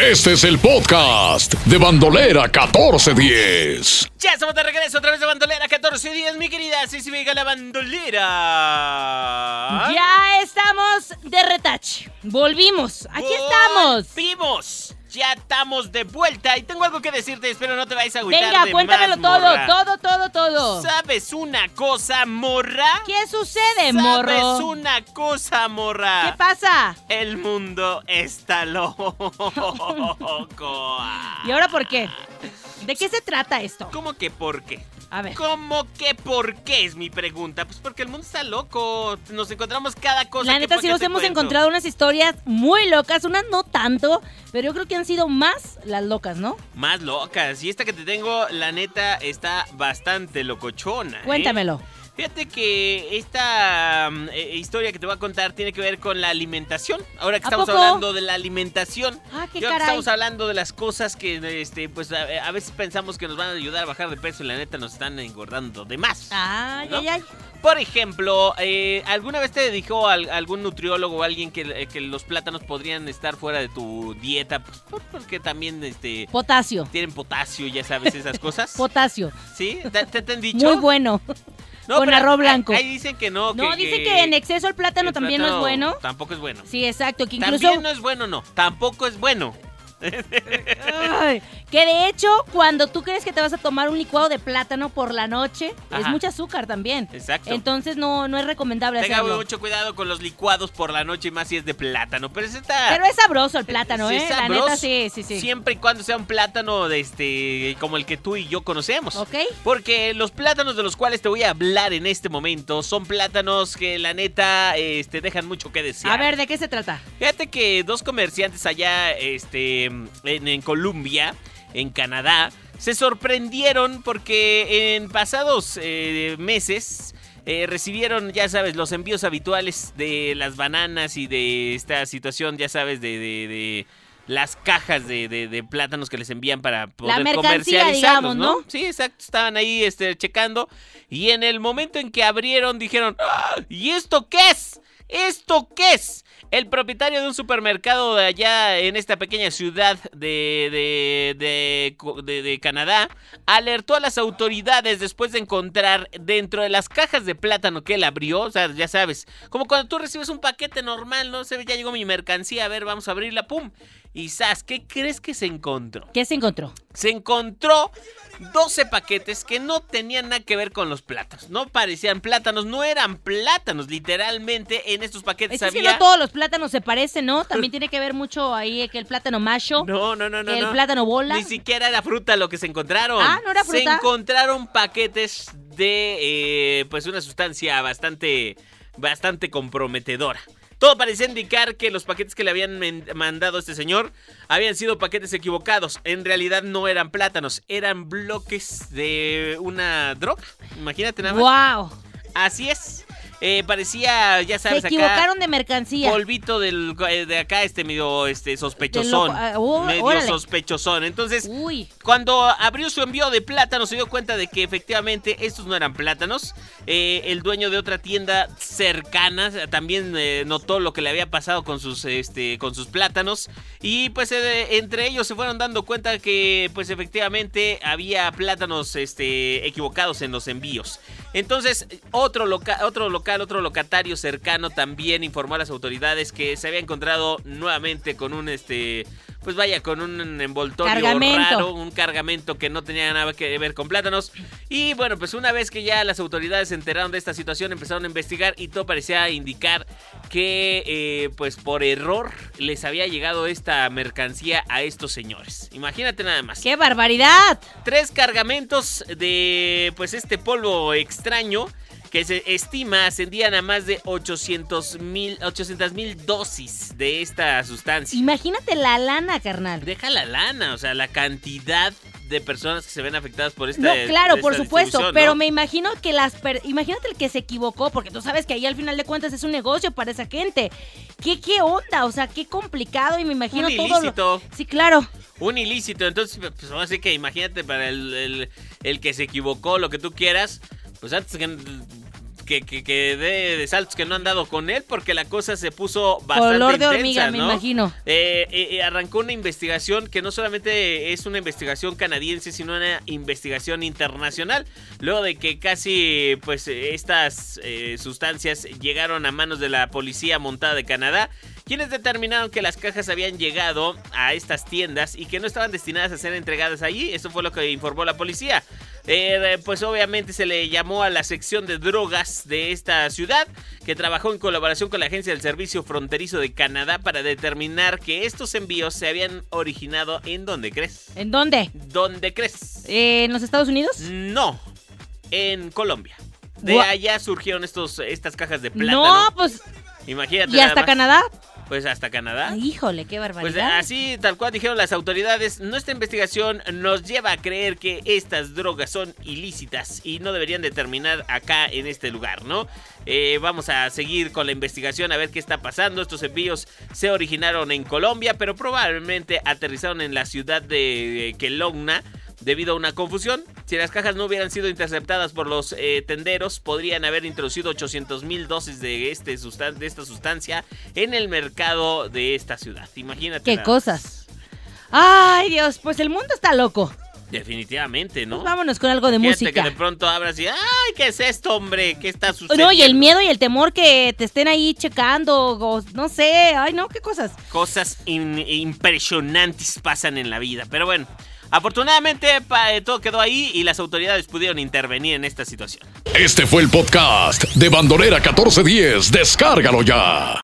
Este es el podcast de Bandolera 1410. Ya estamos de regreso a través de Bandolera 14 días, mi querida Ceci Vega, la bandolera. Ya estamos de retach. Volvimos. Aquí estamos. Vimos. Ya estamos de vuelta y tengo algo que decirte, espero no te vayas a agüitar Venga, de cuéntamelo más, todo, morra. todo, todo, todo. ¿Sabes una cosa, morra? ¿Qué sucede, ¿Sabes morro? una cosa, ¿Qué morra? pasa? El mundo está loco. ¿Y ahora por qué? ¿De qué se trata esto? ¿Cómo que por qué? A ver. ¿Cómo que por qué es mi pregunta? Pues porque el mundo está loco. Nos encontramos cada cosa. La que neta, pa' sí qué nos te hemos cuento. encontrado unas historias muy locas, unas no tanto, pero yo creo que han sido más las locas, ¿no? Más locas. Y esta que te tengo, la neta, está bastante locochona. ¿eh? Cuéntamelo. Fíjate que esta mm, eh, historia que te voy a contar tiene que ver con la alimentación. Ahora que ¿A estamos poco? hablando de la alimentación. Ah, qué y ahora que caray. estamos hablando de las cosas que este, pues a, a veces pensamos que nos van a ayudar a bajar de peso y la neta nos están engordando de más. Ah, Ay, ¿No? ay, ay. Por ejemplo, eh, ¿alguna vez te dijo al- algún nutriólogo o alguien que, eh, que los plátanos podrían estar fuera de tu dieta? Pues, por- porque también este, Potasio. tienen potasio, ya sabes, esas cosas. Potasio. ¿Sí? ¿Te, te- te han dicho? Muy bueno. con pero arroz ahí- blanco. Ahí, dicen que no. No, dice que en exceso el plátano el también no plátano es bueno. Tampoco es bueno. Sí, exacto. Que incluso. También no es bueno, no. Tampoco es bueno. Ay, que de hecho, cuando tú crees que te vas a tomar un licuado de plátano por la noche, es Ajá. mucho azúcar también. Exacto. Entonces no, no es recomendable Tenga hacerlo. mucho cuidado con los licuados por la noche y más si es de plátano. Pero ese está... Pero es sabroso el plátano, Sí, ¿eh? es La neta, sabroso. sí, sí, sí. Siempre y cuando sea un plátano de este, como el que tú y yo conocemos. ¿Ok? Porque los plátanos de los cuales te voy a hablar en este momento son plátanos que la neta este, dejan mucho que desear. A ver, ¿de qué se trata? Fíjate que dos comerciantes allá este, en, en Colombia, en Canadá, se sorprendieron porque en pasados eh, meses eh, recibieron, ya sabes, los envíos habituales de las bananas y de esta situación, ya sabes, de, de- de las cajas de, de- de plátanos que les envían para poder mercancía, comercializarlos, digamos, ¿no? Sí, exacto, estaban ahí este, checando y en el momento en que abrieron dijeron, "¡Ah! ¿y esto qué es? ¿Esto qué es? El propietario de un supermercado de allá en esta pequeña ciudad de, de, de, co- de- de Canadá alertó a las autoridades después de encontrar dentro de las cajas de plátano que él abrió, o sea, ya sabes, como cuando tú recibes un paquete normal, ¿no? Se ve, ya llegó mi mercancía, a ver, vamos a abrirla, ¡pum! Y Sas, ¿qué crees que se encontró? ¿Qué se encontró? se encontró 12 paquetes que no tenían nada que ver con los plátanos. No parecían plátanos, no eran plátanos. Literalmente en estos paquetes Es que si había... no todos los plátanos se parecen, ¿no? También tiene que ver mucho ahí que el plátano macho, no, no, no, no. que el no. plátano bola. Ni siquiera era fruta lo que se encontraron. Ah, ¿no era Se fruta? encontraron paquetes de eh, pues una sustancia bastante, bastante comprometedora. Todo parecía indicar que los paquetes que le habían men- mandado a este señor habían sido paquetes equivocados. En realidad no eran plátanos, eran bloques de una droga. Imagínate nada más. ¡Wow! Así es. Eh, parecía, ya Se sabes, acá equivocaron de mercancía. polvito del, de acá, este medio este, sospechosón. Del loco- ah, oh, medio órale. sospechosón. Entonces, Uy. cuando abrió su envío de plátanos, se dio cuenta de que efectivamente estos no eran plátanos. Eh, el dueño de otra tienda cercana eh, también eh, notó lo que le había pasado con sus, este, con sus plátanos. Y pues eh, entre ellos se fueron dando cuenta que pues efectivamente había plátanos este, equivocados en los envíos. Entonces, otro, loca- otro local, otro locatario cercano también informó a las autoridades que se había encontrado nuevamente con un este. Pues vaya, con un envoltorio Cargamento. raro, un cargamento que no tenía nada que ver con plátanos. Y bueno, pues una vez que ya las autoridades se enteraron de esta situación, empezaron a investigar y todo parecía indicar que eh, pues por error les había llegado esta mercancía a estos señores. Imagínate nada más. ¡Qué barbaridad! Tres cargamentos de pues este polvo extraño que se estima ascendían a más de 800 mil dosis de esta sustancia. Imagínate la lana, carnal. Deja la lana, o sea, la cantidad de personas que se ven afectadas por esta No, claro, esta por supuesto, distribución, pero ¿no? me imagino que las... per- Imagínate el que se equivocó, porque tú sabes que ahí al final de cuentas es un negocio para esa gente. ¿Qué, qué onda? O sea, qué complicado y me imagino un todo... lo- ilícito, Sí, claro. un ilícito. Entonces, pues así que imagínate para el, el- el que se equivocó, lo que tú quieras, pues antes que que, que, que dé de saltos que no han dado con él porque la cosa se puso bastante Color de intensa, hormiga, me ¿no? imagino. Eh, eh, eh, arrancó una investigación que no solamente es una investigación canadiense, sino una investigación internacional. Luego de que casi pues eh, estas eh, sustancias llegaron a manos de la policía montada de Canadá, quienes determinaron que las cajas habían llegado a estas tiendas y que no estaban destinadas a ser entregadas allí. Eso fue lo que informó la policía. Eh, pues obviamente se le llamó a la sección de drogas de esta ciudad, que trabajó en colaboración con la Agencia del Servicio Fronterizo de Canadá para determinar que estos envíos se habían originado en dónde crees. ¿En dónde? ¿Dónde crees? Eh, ¿En los Estados Unidos? No, en Colombia. De Gua- allá surgieron estos, estas cajas de plátano. No, pues. Imagínate. ¿Y nada hasta más. Canadá? Pues hasta Canadá. Híjole, qué barbaridad. Pues así, tal cual dijeron las autoridades, nuestra investigación nos lleva a creer que estas drogas son ilícitas y no deberían de terminar acá en este lugar, ¿no? Eh, vamos a seguir con la investigación a ver qué está pasando. Estos envíos se originaron en Colombia, pero probablemente aterrizaron en la ciudad de eh, Kelowna. Debido a una confusión, si las cajas no hubieran sido interceptadas por los eh, tenderos, podrían haber introducido 800 mil dosis de, este sustan- de esta sustancia en el mercado de esta ciudad. Imagínate. Qué nada más. cosas. Ay, Dios, pues el mundo está loco. Definitivamente, ¿no? Pues vámonos con algo de Fíjate música. que de pronto abras y, ¡ay, qué es esto, hombre! ¿Qué está sucediendo? No, y el miedo y el temor que te estén ahí checando, o no sé, ay no, qué cosas. Cosas in- impresionantes pasan en la vida. Pero bueno, afortunadamente pa- eh, todo quedó ahí y las autoridades pudieron intervenir en esta situación. Este fue el podcast de Bandolera 1410. Descárgalo ya.